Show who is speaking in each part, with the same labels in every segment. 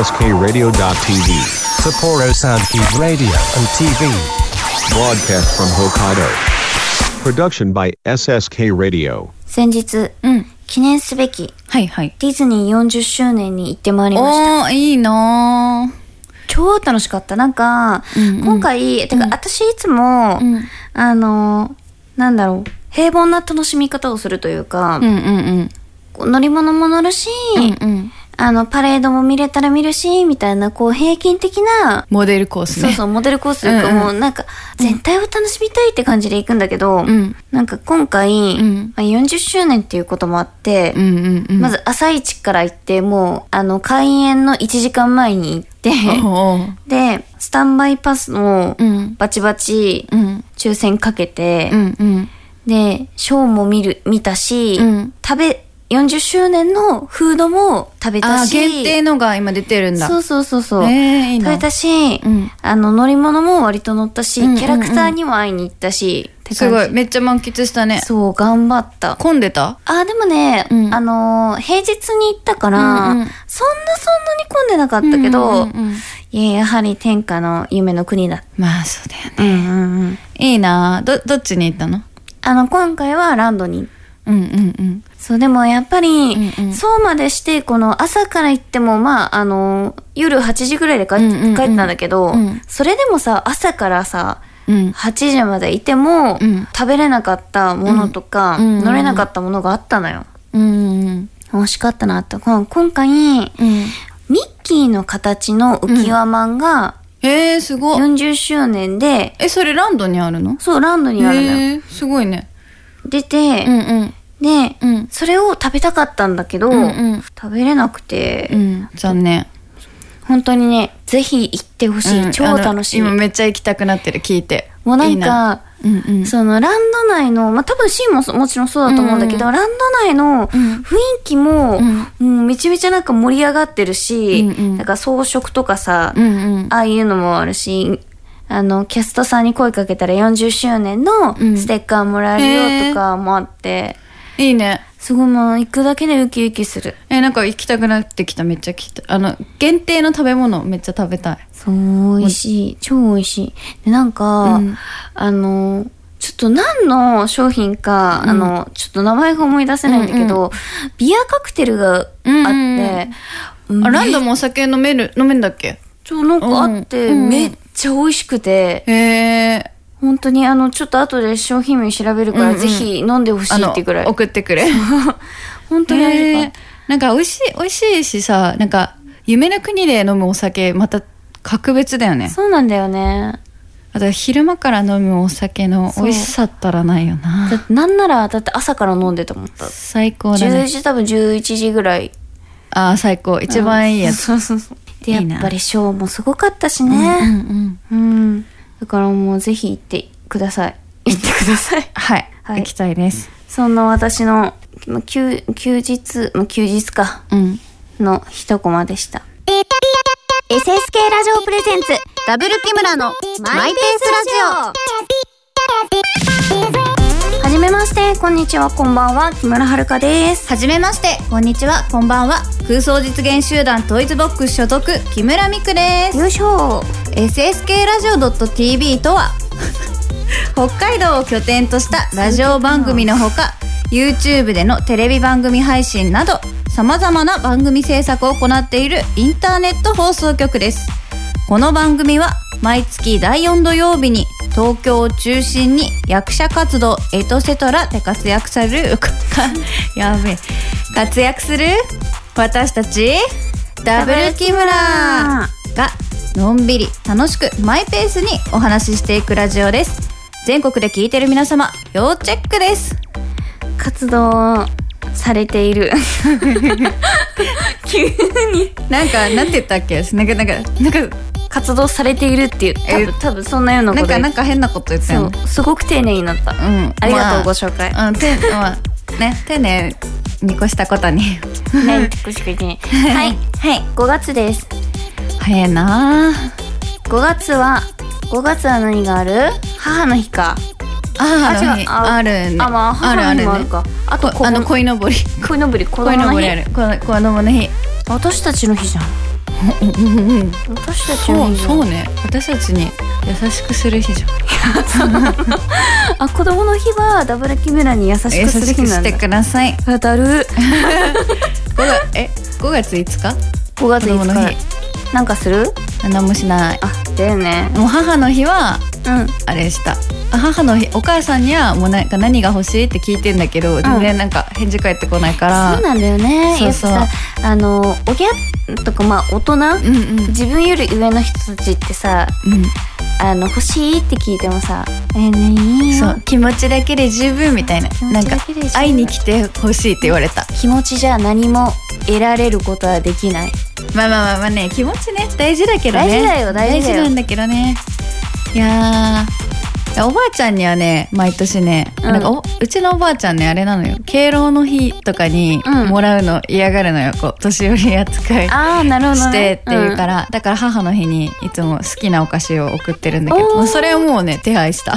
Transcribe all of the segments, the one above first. Speaker 1: SSKRadio.tv.
Speaker 2: Sapporo Soundkeep Radio and TV.
Speaker 1: Broadcast from Hokkaido. Production by SSK Radio.
Speaker 3: 先日、
Speaker 4: うん
Speaker 3: 記念すべき
Speaker 4: はいはい。
Speaker 3: ディズニー40周年に行ってまいりました
Speaker 4: おー、いいなー
Speaker 3: 超楽しかったなんか、
Speaker 4: うんうん
Speaker 3: 今回てか、私いつも、
Speaker 4: うん
Speaker 3: あのなんだろう平凡な楽しみ方をするというか、
Speaker 4: うんうん
Speaker 3: こう乗り物も乗るし、
Speaker 4: うん。うんうん。
Speaker 3: あのパレードも見れたら見るしみたいなこう平均的な
Speaker 4: モデルコースね。
Speaker 3: そうそう、モデルコースというか、
Speaker 4: うんうん
Speaker 3: もうなんか、全体を楽しみたいって感じで行くんだけど、
Speaker 4: ん
Speaker 3: なんか今回、
Speaker 4: うん
Speaker 3: まあ、40周年っていうこともあって、
Speaker 4: うんうんうん。
Speaker 3: まず朝一から行って、もう、あの、開園の1時間前に行って、
Speaker 4: おー、
Speaker 3: で、スタンバイパスを
Speaker 4: うん
Speaker 3: バチバチ
Speaker 4: うん。
Speaker 3: 抽選かけて、
Speaker 4: うんうん。
Speaker 3: で、ショーも見る、見たし、
Speaker 4: うん
Speaker 3: 食べ、40周年のフードも食べ
Speaker 4: あ
Speaker 3: た
Speaker 4: ー、
Speaker 3: し、
Speaker 4: 限定のが今出てるんだ。
Speaker 3: そうそうそうそう。
Speaker 4: えーいいな
Speaker 3: 食べたし、
Speaker 4: うん
Speaker 3: あの、乗り物も割と乗ったし、
Speaker 4: うんうんうん
Speaker 3: キャラクターにも会いに行ったし、って
Speaker 4: す
Speaker 3: 感じ
Speaker 4: ごい。めっちゃ満喫したね。
Speaker 3: そう、頑張った。
Speaker 4: 混んでた
Speaker 3: あ、でもね、
Speaker 4: うん
Speaker 3: あのー平日に行ったから、
Speaker 4: うんう
Speaker 3: そん
Speaker 4: ん
Speaker 3: なそんなに混んでなかったけど、
Speaker 4: うんうんうんうん
Speaker 3: いや、やはり天下の夢の国だ。
Speaker 4: まあ、そうだよ
Speaker 3: う
Speaker 4: ね。
Speaker 3: んうんうん。
Speaker 4: いいなーど、どっちに行ったの
Speaker 3: あの、今回はランドに。
Speaker 4: うんうんうん。
Speaker 3: そう、でもやっぱり、
Speaker 4: うんうん
Speaker 3: そうまでして、この朝から行っても、まあ、あのー夜8時ぐらいで帰,、
Speaker 4: うんうんうん
Speaker 3: 帰ったんだけど、
Speaker 4: うん
Speaker 3: それでもさ、朝からさ、
Speaker 4: うん。
Speaker 3: 8時までいても、
Speaker 4: うん
Speaker 3: 食べれなかったものとか、
Speaker 4: うんうん
Speaker 3: 乗れなかったものがあったのよ。
Speaker 4: うんうん
Speaker 3: 惜しかったなって。こん今回、ミ
Speaker 4: うん。うん。
Speaker 3: ッキーの形の浮き輪マンが
Speaker 4: えー、すごい。
Speaker 3: 40周年で、
Speaker 4: え、それランドにあるの
Speaker 3: そう、ランドにあるのよ。
Speaker 4: えー、すごいね。
Speaker 3: 出て、
Speaker 4: うんうん。
Speaker 3: で、
Speaker 4: うん
Speaker 3: それを食べたかったんだけど、
Speaker 4: うんうん
Speaker 3: 食べれなくて、
Speaker 4: うん、残念。
Speaker 3: 本当にね、ぜひ行ってほしい。
Speaker 4: うん
Speaker 3: 超楽しい。
Speaker 4: あの
Speaker 3: も
Speaker 4: 今めっちゃ行きたくなってる、聞いて。
Speaker 3: うない
Speaker 4: い
Speaker 3: んか、
Speaker 4: うんうん。
Speaker 3: そのランド内の、まあ、多分シーンもそもちろんそうだと思うんだけど、
Speaker 4: う
Speaker 3: ランド内の
Speaker 4: ん
Speaker 3: 雰囲気も、もうめちゃめちゃなんか盛り上がってるし、
Speaker 4: うんうん
Speaker 3: なんか装飾とかさ、
Speaker 4: うんうん。
Speaker 3: ああいうのもあるし、あの、キャストさんに声かけたら40周年の
Speaker 4: うん
Speaker 3: ステッカーもらえるよとかもあって、
Speaker 4: いいね。
Speaker 3: すごいもう行くだけでウキウキする。
Speaker 4: え、なんか行きたくなってきた、めっちゃ聞いた。あの、限定の食べ物めっちゃ食べたい。
Speaker 3: そう、美味しい。超美味しい。で、なんか、
Speaker 4: うん
Speaker 3: あの、ちょっと何の商品か、あの、ちょっと名前が思い出せないんだけど、ビアカクテルがあって、
Speaker 4: うんうん
Speaker 3: うん
Speaker 4: あ、ランドもお酒飲める、飲めんだっけ
Speaker 3: ちょなんかあって、
Speaker 4: うんうん
Speaker 3: めっちゃ美味しくて、
Speaker 4: へえ。
Speaker 3: 本当にあの、ちょっと後で商品名調べるから、
Speaker 4: うんうん
Speaker 3: ぜひ飲んでほし
Speaker 4: あ
Speaker 3: いっ
Speaker 4: の
Speaker 3: てぐらい。
Speaker 4: 送ってくれ。
Speaker 3: 本当に美味しかった。
Speaker 4: なんか美味しい、美味しいしさ、なんか、夢の国で飲むお酒、また格別だよね。
Speaker 3: そうなんだよね。
Speaker 4: あと、昼間から飲むお酒の美味しさったらないよ
Speaker 3: だ
Speaker 4: な。
Speaker 3: ってなんなら、だって朝から飲んでたもん。
Speaker 4: 最高だ
Speaker 3: 10
Speaker 4: ね。
Speaker 3: 時、多分11時ぐらい。
Speaker 4: ああ、最高。一番いいやつ。
Speaker 3: そうそうそう。で、や
Speaker 4: いいな
Speaker 3: っぱりショーもすごかったし
Speaker 4: うん
Speaker 3: ね。
Speaker 4: うん。
Speaker 3: うん。だからもうぜひ行ってください。 行ってください。
Speaker 4: はい。
Speaker 3: はい
Speaker 4: 行きたいです。
Speaker 3: そんな私の、まあ休、休日、まあ休日か、
Speaker 4: うん。
Speaker 3: の一コマでした。
Speaker 5: SSK ラジオプレゼンツダブル木村のマイペースラジオ
Speaker 3: はじめまして、こんにちは、こんばんは、木村遥です。
Speaker 5: はじめましてこんにちはこんばんは空想実現集団トイズボックス所属木村美久です
Speaker 3: よいしょ。
Speaker 5: SSK ラジオ .tv とは 北海道を拠点としたラジオ番組のほか YouTube でのテレビ番組配信などさまざまな番組制作を行っているインターネット放送局ですこの番組は毎月第4土曜日に東京を中心に役者活動エトセトラで活躍される やべえ活躍する私たちダブル木村がのんびり楽しくマイペースにお話ししていくラジオです全国で聞いてる皆様要チェックです
Speaker 3: 活動されている。 急に。
Speaker 5: なんかなんて言ったっけなんかなんかなんか
Speaker 3: 活動されているっていう、多分、多分そんなようなこ
Speaker 5: な
Speaker 3: と
Speaker 5: んか
Speaker 3: 言
Speaker 5: な
Speaker 3: っ
Speaker 5: んか変なこと言ったよね
Speaker 3: そう、すごく丁寧になった。
Speaker 5: うん
Speaker 3: ありがとうご
Speaker 5: ま
Speaker 3: 紹介。
Speaker 5: あうんてまあね丁寧に越したことに
Speaker 3: ね、くしくじ。は
Speaker 5: は
Speaker 3: い、
Speaker 5: い
Speaker 3: 5月です。
Speaker 5: 早いなあ
Speaker 3: 5月は、5月は何がある母の日か。
Speaker 5: あ
Speaker 3: あ
Speaker 5: る
Speaker 3: 違う
Speaker 5: ね
Speaker 3: あ
Speaker 5: あるね
Speaker 3: あ、まあ、母の日もある
Speaker 5: ね
Speaker 3: か。あ、
Speaker 5: こと
Speaker 3: こ
Speaker 5: あの、鯉のぼり
Speaker 3: こいのぼり、こ
Speaker 5: 鯉
Speaker 3: の
Speaker 5: の
Speaker 3: ぼ
Speaker 5: ぼり
Speaker 3: り
Speaker 5: あるこ子供の日
Speaker 3: 私たちの日じゃん。私たち
Speaker 4: そうそううね私たちに優しくする日じゃん
Speaker 3: あ子供の日はダブルキメラに優しく
Speaker 4: 優
Speaker 3: する
Speaker 4: し
Speaker 3: 日
Speaker 4: く
Speaker 3: な
Speaker 4: し
Speaker 3: ん
Speaker 4: て
Speaker 3: だ
Speaker 4: ください
Speaker 3: 当たる
Speaker 4: 5月え5月5日
Speaker 3: 5月
Speaker 4: 子供の
Speaker 3: 5
Speaker 4: 日
Speaker 3: 日なんかする
Speaker 4: 何もしない
Speaker 3: あだよね
Speaker 4: もう母の日は
Speaker 3: うん
Speaker 4: あれしたあ母の日お母さんにはもうなんか何が欲しいって聞いてんだけど全然なんか返事返ってこないから、
Speaker 3: そうなんだよね
Speaker 4: そうそう
Speaker 3: やっぱさあのおぎゃとかまあ大人、
Speaker 4: うんうんうん
Speaker 3: 自分より上の人たちってさあの欲しいって聞いてもさ「えー、ねいい
Speaker 4: そ
Speaker 3: よ
Speaker 4: う気持ちだけで十分みたいな
Speaker 3: 気持
Speaker 4: なん
Speaker 3: ち
Speaker 4: か
Speaker 3: だけで十分
Speaker 4: 会いに来てほしいって言われた
Speaker 3: 気持ちじゃ何も得られることはできない
Speaker 4: まあまあまあまあね気持ちね大事だけどね
Speaker 3: 大事だよ大事だよ
Speaker 4: なんだけどねいやーおばあちゃんにはね毎年ね、
Speaker 3: うん
Speaker 4: なんかおうちのおばあちゃんねあれなのよ敬老の日とかに
Speaker 3: うん
Speaker 4: もらうの嫌がるのよこう年寄り扱い
Speaker 3: ああなるほど、ね、、
Speaker 4: してっていうからら、だから母の日にいつも好きなお菓子を送ってるんだけど
Speaker 3: おー
Speaker 4: もうそれをもうね手配した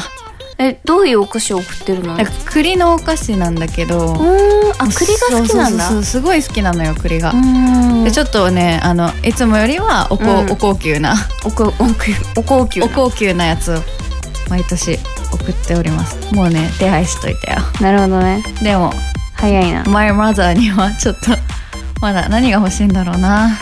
Speaker 3: えどういうお菓子を送ってるのう
Speaker 4: なん
Speaker 3: ーん
Speaker 4: か栗のお菓子なんだけ
Speaker 3: あ
Speaker 4: ど
Speaker 3: 栗が好きなんだ
Speaker 4: そうそうそうそうすごい好きなのよ栗が、
Speaker 3: う
Speaker 4: で
Speaker 3: ん
Speaker 4: ちょっとねあのいつもよりはおこ、
Speaker 3: うん
Speaker 4: お高級な
Speaker 3: おこおお高級な
Speaker 4: お高級なやつを毎年送っておりますもうね手配しといたよ
Speaker 3: なるほどね
Speaker 4: でも
Speaker 3: 早いな
Speaker 4: マイマザーにはちょっとまだ何が欲しいんだろうな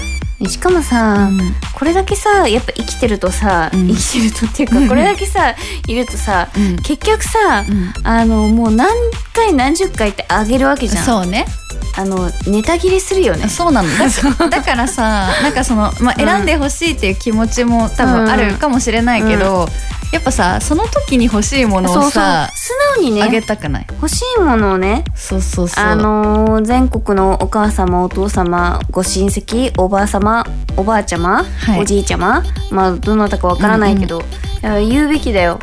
Speaker 3: しかもさ、
Speaker 4: うん
Speaker 3: これだけさやっぱ生きてるとさ、
Speaker 4: うん
Speaker 3: 生きてるとっていう
Speaker 4: うんう
Speaker 3: か
Speaker 4: ん
Speaker 3: これだけさいるとさ、
Speaker 4: うん
Speaker 3: 結局さ、
Speaker 4: うん
Speaker 3: あのもう何回何十回ってあげるわけじゃん
Speaker 4: そうね
Speaker 3: あのネタ切れするよね
Speaker 4: そうなの だだからさなんかその、まあ、選んでほしいっていう気持ちも多分あるかもしれないけど、やっぱさその時に欲しいもの
Speaker 3: そうそう
Speaker 4: を
Speaker 3: 素
Speaker 4: さ
Speaker 3: 直に
Speaker 4: あげ
Speaker 3: ね
Speaker 4: たくない
Speaker 3: 欲しいものをね
Speaker 4: そうそうそう
Speaker 3: あのー全国のお母様お父様ご親戚おばあ様おばあちゃま、
Speaker 4: はい
Speaker 3: おじいちゃままあどなたかわからないけど、いや言うべきだよ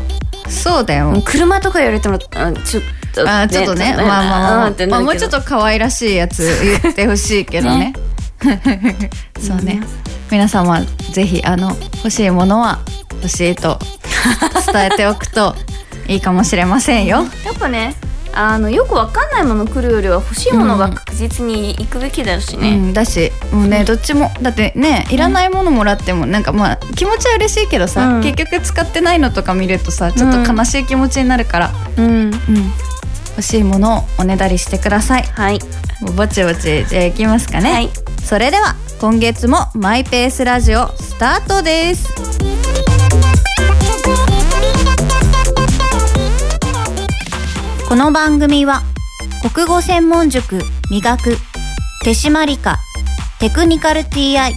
Speaker 4: そうだよ、
Speaker 3: 車とか言われてもあちょっと
Speaker 4: あーちょっとねまあまあま
Speaker 3: ー
Speaker 4: あ
Speaker 3: って
Speaker 4: ま
Speaker 3: な
Speaker 4: あ
Speaker 3: るけど
Speaker 4: もうちょっと可愛らしいやつ言ってほしいけどね そうね皆様ぜひあの欲しいものは欲しいと伝えておくといいかもしれませんよ
Speaker 3: やっぱねあのよくわかんないもの来るよりは欲しいものが確実に行くべきだし
Speaker 4: う
Speaker 3: ね、
Speaker 4: ん、だしもうねどっちもだってねいらないものもらってもなんかまあ気持ちは嬉しいけどさ、
Speaker 3: うん
Speaker 4: 結局使ってないのとか見るとさちょっと悲しい気持ちになるから、
Speaker 3: うん
Speaker 4: 欲しいものをおねだりしてください
Speaker 3: はい
Speaker 4: もうぼちぼちじゃあいきますかね、
Speaker 3: はい
Speaker 4: それでは今月もマイペースラジオスタートです
Speaker 5: この番組は国語専門塾磨く手締まりかテクニカル TI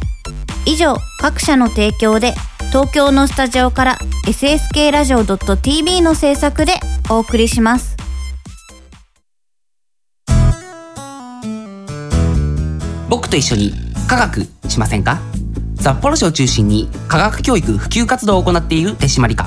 Speaker 5: 以上各社の提供で東京のスタジオから SSK ラジオ .tv の制作でお送りします
Speaker 6: 僕と一緒に科学しませんか札幌市を中心に科学教育普及活動を行っている手締まり課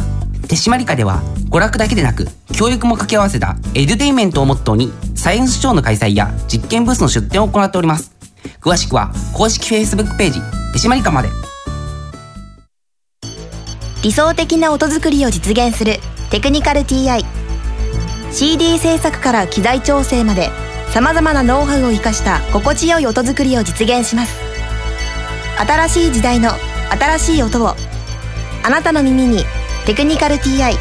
Speaker 6: 手締まり課では娯楽だけでなく教育も掛け合わせたエデュテインメントをモットーにサイエンスショーの開催や実験ブースの出展を行っております詳しくは公式 Facebook ページ手締まり課まで
Speaker 7: 理想的な音作りを実現するテクニカル TICD 制作から機材調整までさまざまなノウハウを生かした心地よい音作りを実現します新しい時代の新しい音をあなたの耳に「テクニカル TI」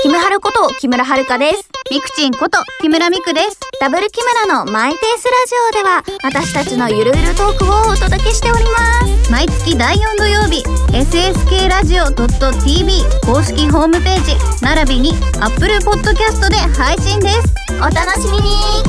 Speaker 8: キムハルこと木村遥です。ミクチンこと木村ミクです。ダブル木村のマイペースラジオでは私たちのゆるゆるトークをお届けしております。毎月第4土曜日、SSK ラジオ .tv 公式ホームページ、並びに Apple Podcast で配信です。お楽しみに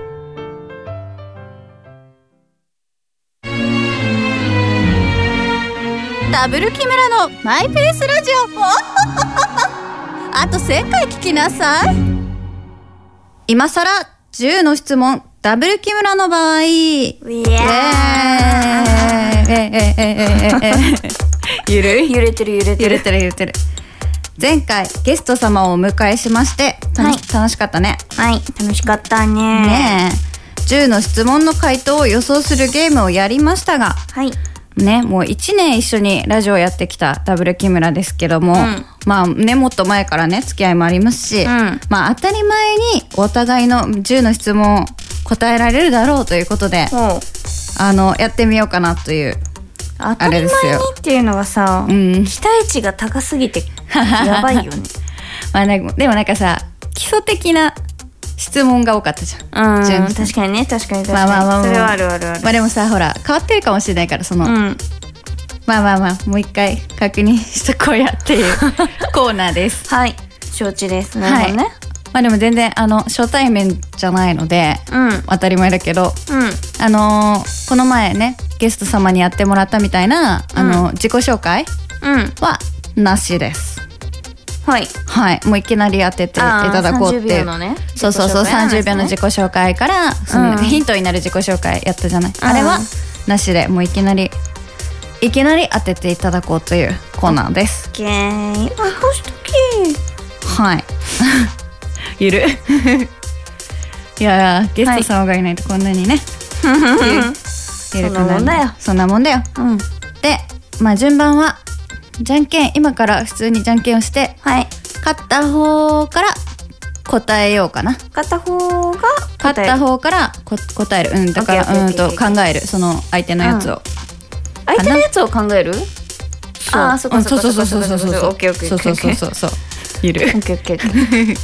Speaker 8: ダブル木村のマイペースラジオあと1000回聞きなさい
Speaker 5: 今さら10の質問
Speaker 4: ダブル木村の場合、イエーイええええええ
Speaker 3: ゆるい揺れてる揺れて
Speaker 4: 揺
Speaker 3: る
Speaker 4: れてる揺れてる前回ゲスト様をお迎えしまして楽し,、楽しかったね
Speaker 3: はい楽しかったね
Speaker 4: ねえ10の質問の回答を予想するゲームをやりましたが
Speaker 3: はい
Speaker 4: ねもう1年一緒にラジオやってきたダブル木村ですけども、
Speaker 3: ん
Speaker 4: まあねもっと前からね付き合いもありますし、
Speaker 3: ん
Speaker 4: まあ当たり前にお互いの10の質問を答えられるだろうということで
Speaker 3: もう
Speaker 4: あのやってみようかなという
Speaker 3: 当た
Speaker 4: あれ
Speaker 3: り前
Speaker 4: で
Speaker 3: に
Speaker 4: すよ
Speaker 3: っていうのがさ、
Speaker 4: うん
Speaker 3: 期待値が高す ぎてやばいよね
Speaker 4: まあなんかでもなんかさ基礎的な質問が多かったじゃん
Speaker 3: う
Speaker 4: 順
Speaker 3: ん
Speaker 4: 調
Speaker 3: 確かにね確かに確かに、
Speaker 4: まあまあまあまあ
Speaker 3: それはあるあるある、
Speaker 4: まあでもさほら変わってるかもしれないからその、
Speaker 3: うん
Speaker 4: まあまあまあもう一回確認しとこうやっていうコーナーです
Speaker 3: はい承知ですなるほどね、
Speaker 4: まあでも全然あの初対面じゃないので、
Speaker 3: うん
Speaker 4: 当たり前だけど
Speaker 3: うん
Speaker 4: あのーこの前ねゲスト様にやってもらったみたいな、あの自己紹介
Speaker 3: うん
Speaker 4: はなしです
Speaker 3: はい
Speaker 4: はいもういきなり当ててい
Speaker 3: あー
Speaker 4: ただこうっていう
Speaker 3: 30秒のね
Speaker 4: そうそうそう
Speaker 3: 自己紹介
Speaker 4: 30秒の自己紹介からその
Speaker 3: うん
Speaker 4: ヒントになる自己紹介やったじゃない、あれはなしでもういきなりいきなり当てていただこうというコーナーです
Speaker 3: けーいあこうしとき
Speaker 4: はい ゆるいやーゲスト様がいないとこんなにね、ゆるゆるくな
Speaker 3: そんな
Speaker 4: る
Speaker 3: もんだよ
Speaker 4: そんなもんだよ
Speaker 3: うん
Speaker 4: でまあ順番はじゃんけん今から普通にじゃんけんをして
Speaker 3: はい
Speaker 4: 勝った方から答えようかな
Speaker 3: 片方が
Speaker 4: 勝った
Speaker 3: 方
Speaker 4: 方からこ答えるうんだか
Speaker 3: OK OK
Speaker 4: ら
Speaker 3: OK
Speaker 4: うんと
Speaker 3: OK
Speaker 4: 考えるその相手のやつを、
Speaker 3: 相手のやつを考えるあーそっかそっか
Speaker 4: うんそうそうそうそうそうそう
Speaker 3: オッケーオッケー
Speaker 4: そ
Speaker 3: オ
Speaker 4: う
Speaker 3: ッケ
Speaker 4: そ
Speaker 3: ー
Speaker 4: うそうそうそうゆる
Speaker 3: オッケーオッケーオッケー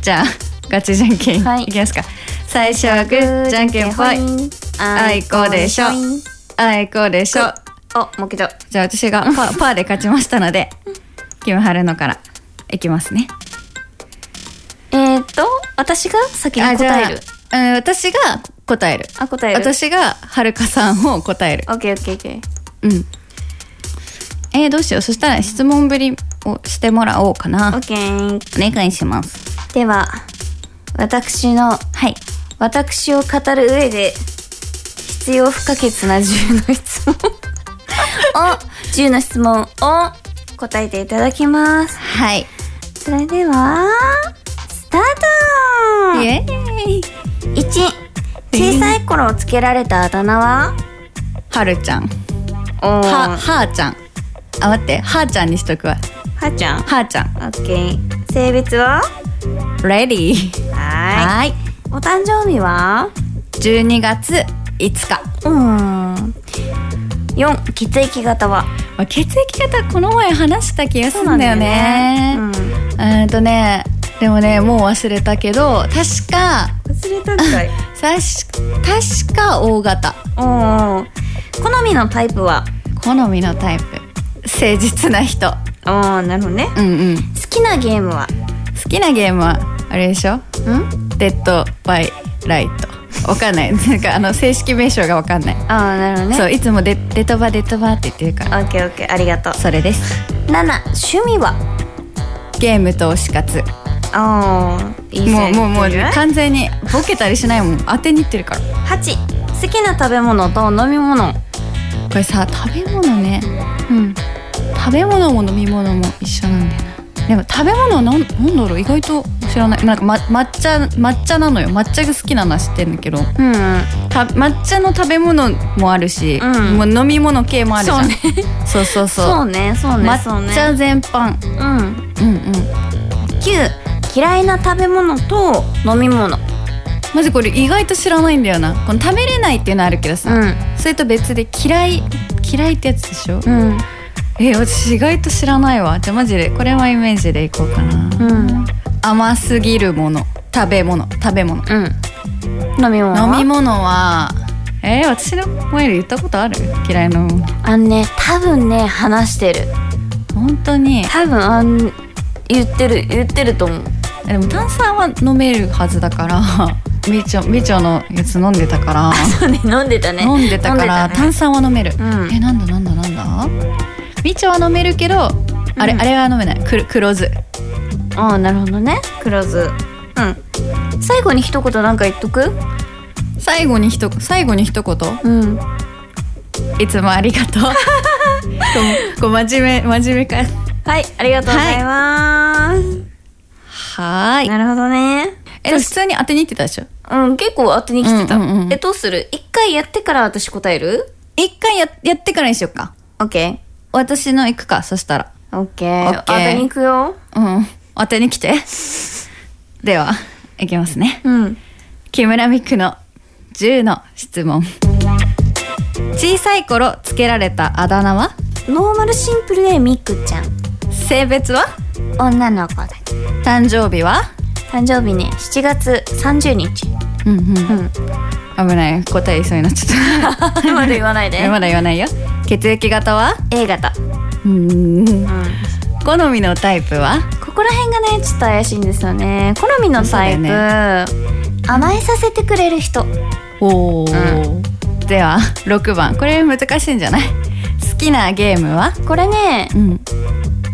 Speaker 4: じゃあガチじゃんけん、、
Speaker 3: はいい
Speaker 4: きますか最初はグーじゃんけんぽい
Speaker 3: あ
Speaker 4: あいこでしょあいこうでしょ
Speaker 3: あ負けた
Speaker 4: じゃあ私がパーパーで勝ちましたのでキムハルノからいきますね
Speaker 3: えーっと私が先に答える
Speaker 4: あうん私が答える
Speaker 3: あ答える
Speaker 4: 私がはるかさんを答える
Speaker 3: オッケーオッケーオッケー
Speaker 4: うんえー、どうしようそしたら質問ぶりをしてもらおうか
Speaker 3: オ
Speaker 4: な
Speaker 3: ッケー
Speaker 4: お願いします
Speaker 3: では私のはい私を語る上で必要不可欠な10の質 問を10の質問を答えていただきます
Speaker 4: はい
Speaker 3: それではスター
Speaker 4: イ
Speaker 3: ト
Speaker 4: エーイ
Speaker 3: 1小さい頃つけられたあだ名は
Speaker 4: はるちゃん
Speaker 3: おー
Speaker 4: ははーちゃんあ待ってはーちゃんにしとくわ
Speaker 3: はーちゃん
Speaker 4: はーちゃん
Speaker 3: オッケー性別は
Speaker 4: レディー
Speaker 3: は
Speaker 4: はい
Speaker 3: ーいお誕生日は
Speaker 4: 12月5日
Speaker 3: うーん4血液型は
Speaker 4: まあ血液型この前話した気がするんだよね
Speaker 3: そうなんだよね
Speaker 4: うーんとねでもねもう忘れたけど確か
Speaker 3: 忘れたんかい
Speaker 4: さし確か大型
Speaker 3: おお好みのタイプは
Speaker 4: 好みのタイプ誠実な人
Speaker 3: ああなるほどね
Speaker 4: うんうん
Speaker 3: 好きなゲームは
Speaker 4: 好きなゲームはあれでしょ
Speaker 3: ん
Speaker 4: デッドバイライトわかんない なんかあの正式名称がわかんない、
Speaker 3: ああなるほどね
Speaker 4: そういつもデデトバデトバって言ってるか
Speaker 3: オ
Speaker 4: ら
Speaker 3: ッケーオッケーありがとう
Speaker 4: それです
Speaker 3: 七趣味は
Speaker 4: ゲームと推し活
Speaker 3: ああいい
Speaker 4: もう
Speaker 3: 線
Speaker 4: もうもう
Speaker 3: いいね
Speaker 4: 完全にボケたりしないもん当てにいってるから
Speaker 3: 八好きな食べ物と飲み物
Speaker 4: これさ食べ物ねうん食べ物も飲み物も一緒なんだよなでも食べ物なんなんだろう意外と知らないなんか、ま、抹茶抹茶なのよ抹茶が好きなのは知ってんだけど
Speaker 3: うん
Speaker 4: た抹茶の食べ物もあるし、
Speaker 3: うん
Speaker 4: もう飲み物系もあるじゃん
Speaker 3: そ
Speaker 4: そうそうそう
Speaker 3: そうねそうねそう
Speaker 4: 抹茶
Speaker 3: ね
Speaker 4: 全般
Speaker 3: うん
Speaker 4: うんうん
Speaker 3: 九嫌いな食べ物と飲み物
Speaker 4: まずこれ意外と知らないんだよなこの食べれないっていうのはあるけどさ、
Speaker 3: う
Speaker 4: それと別で嫌い嫌いってやつでしょ、
Speaker 3: んうん
Speaker 4: え私意外と知らないわじゃあマジでこれはイメージでいこうかな、
Speaker 3: うん
Speaker 4: 甘すぎるもの食べ物食べ物
Speaker 3: うん飲み物は
Speaker 4: 飲み物はえー、私の前で言ったことある嫌いなもの
Speaker 3: あのね多分ね話してる
Speaker 4: 本当に
Speaker 3: 多分あん言ってる言ってると思う
Speaker 4: でも炭酸は飲めるはずだからみちょみちょのやつ飲んでたから
Speaker 3: そう ね飲んでたね
Speaker 4: 飲んでたから、
Speaker 3: 飲んでたね
Speaker 4: 炭酸は飲める、
Speaker 3: うん
Speaker 4: えなんだなんだなんだみちょは飲めるけどあれ、
Speaker 3: うん
Speaker 4: あれは飲めないくる黒酢
Speaker 3: ああなるほどね黒酢うん最後に一言なんか言っとく
Speaker 4: 最後にひと最後に一言、いつもありが とうこうこう真面目真面目か
Speaker 3: はいありがとうございます、
Speaker 4: はーい
Speaker 3: なるほどね
Speaker 4: え普通に当てに行ってたでしょ
Speaker 3: うん結構当てに来てた、
Speaker 4: うんうんうん
Speaker 3: えどうする一回やってから私答える
Speaker 4: 一回ややってからにしよっか
Speaker 3: ?OK
Speaker 4: 私の行くかそしたら
Speaker 3: OK
Speaker 4: 当
Speaker 3: 当て
Speaker 4: て
Speaker 3: に行
Speaker 4: に
Speaker 3: くよ
Speaker 4: うん当てに来てではいきますね
Speaker 3: うん
Speaker 4: 木村美久の10の質問小さい頃つけられたあだ名は
Speaker 3: ノーマルシンプルでミクちゃん
Speaker 4: 性別は
Speaker 3: 女の子だ
Speaker 4: 誕生日は
Speaker 3: 誕生日ね7月30日
Speaker 4: うんうん、危ない答え言いそうになっちゃっ
Speaker 3: まだ言わないで
Speaker 4: た まだ言わないよ血液型は
Speaker 3: A 型
Speaker 4: うん好みのタイプは
Speaker 3: ここら辺がねちょっと怪しいんですよね好みのタイプ、
Speaker 4: そう
Speaker 3: 甘えさせてくれる人
Speaker 4: おお、では6番これ難しいんじゃない好きなゲームは
Speaker 3: これね
Speaker 4: うん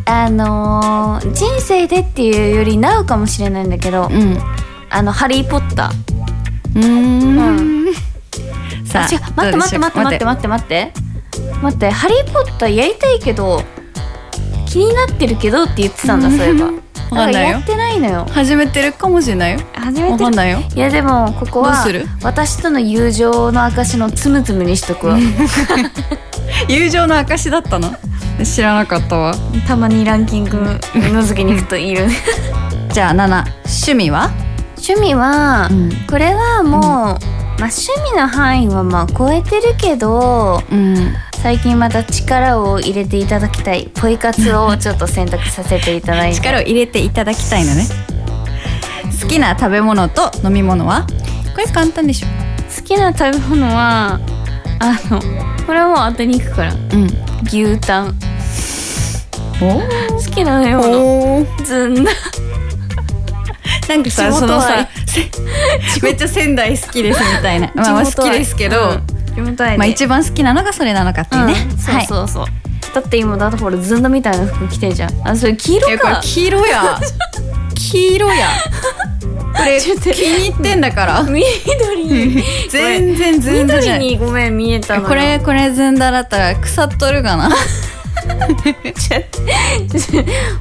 Speaker 3: あのー人生でっていうよりなうかもしれないんだけど
Speaker 4: うん
Speaker 3: あの「ハリー・ポッター
Speaker 4: うーんさ
Speaker 3: あ」
Speaker 4: あ
Speaker 3: 違う待って
Speaker 4: どうで
Speaker 3: 待っ
Speaker 4: してょう
Speaker 3: 待って待って待って待って待って「ハリー・ポッター」やりたいけど気になってるけどって言ってたんだそういえばだ から
Speaker 4: わかんない
Speaker 3: や
Speaker 4: よ
Speaker 3: ってないのよ
Speaker 4: 始めてるかもしれないよ
Speaker 3: 初め
Speaker 4: わ
Speaker 3: て
Speaker 4: かんないよ
Speaker 3: いやでもここは
Speaker 4: どうする
Speaker 3: 私との友情の証のつむつむにしとくわ
Speaker 4: 友情の証だったの知らなかったわ
Speaker 3: たまにランキングのぞきに行くといる
Speaker 4: じゃあ7趣味は
Speaker 3: 趣味は、
Speaker 4: ん
Speaker 3: これはもう、まあ、趣味の範囲はまあ超えてるけど
Speaker 4: うん
Speaker 3: 最近また力を入れていただきたいポイ活をちょっと選択させていただい て
Speaker 4: 力を入れていただきたいのね好きな食べ物と飲み物はこれ簡単でしょ
Speaker 3: 好きな食べ物はあのこれはもう当てに行くから
Speaker 4: うん
Speaker 3: 牛タン
Speaker 4: お
Speaker 3: 好きな食べ物
Speaker 4: お
Speaker 3: ずんだ
Speaker 4: なんかさ
Speaker 3: 地
Speaker 4: そ
Speaker 3: 元
Speaker 4: の
Speaker 3: 愛
Speaker 4: させ めっちゃ仙台好きですみ たいなまあまあ好きですけど、
Speaker 3: 地元愛で
Speaker 4: まあ一番好きなのがそれなのかっていうね、
Speaker 3: うんそう
Speaker 4: はい
Speaker 3: そうそう、だって今だってほらずんだみたいな服着てんじゃんあそれ黄
Speaker 4: い
Speaker 3: 色
Speaker 4: やこれ
Speaker 3: か
Speaker 4: 黄色 や黄色やこれ気に入ってんだから
Speaker 3: 緑に
Speaker 4: 全然ずんだじ
Speaker 3: 緑
Speaker 4: ゃない
Speaker 3: にごめん見えたのよ
Speaker 4: これこれずんだだったら腐っとるがな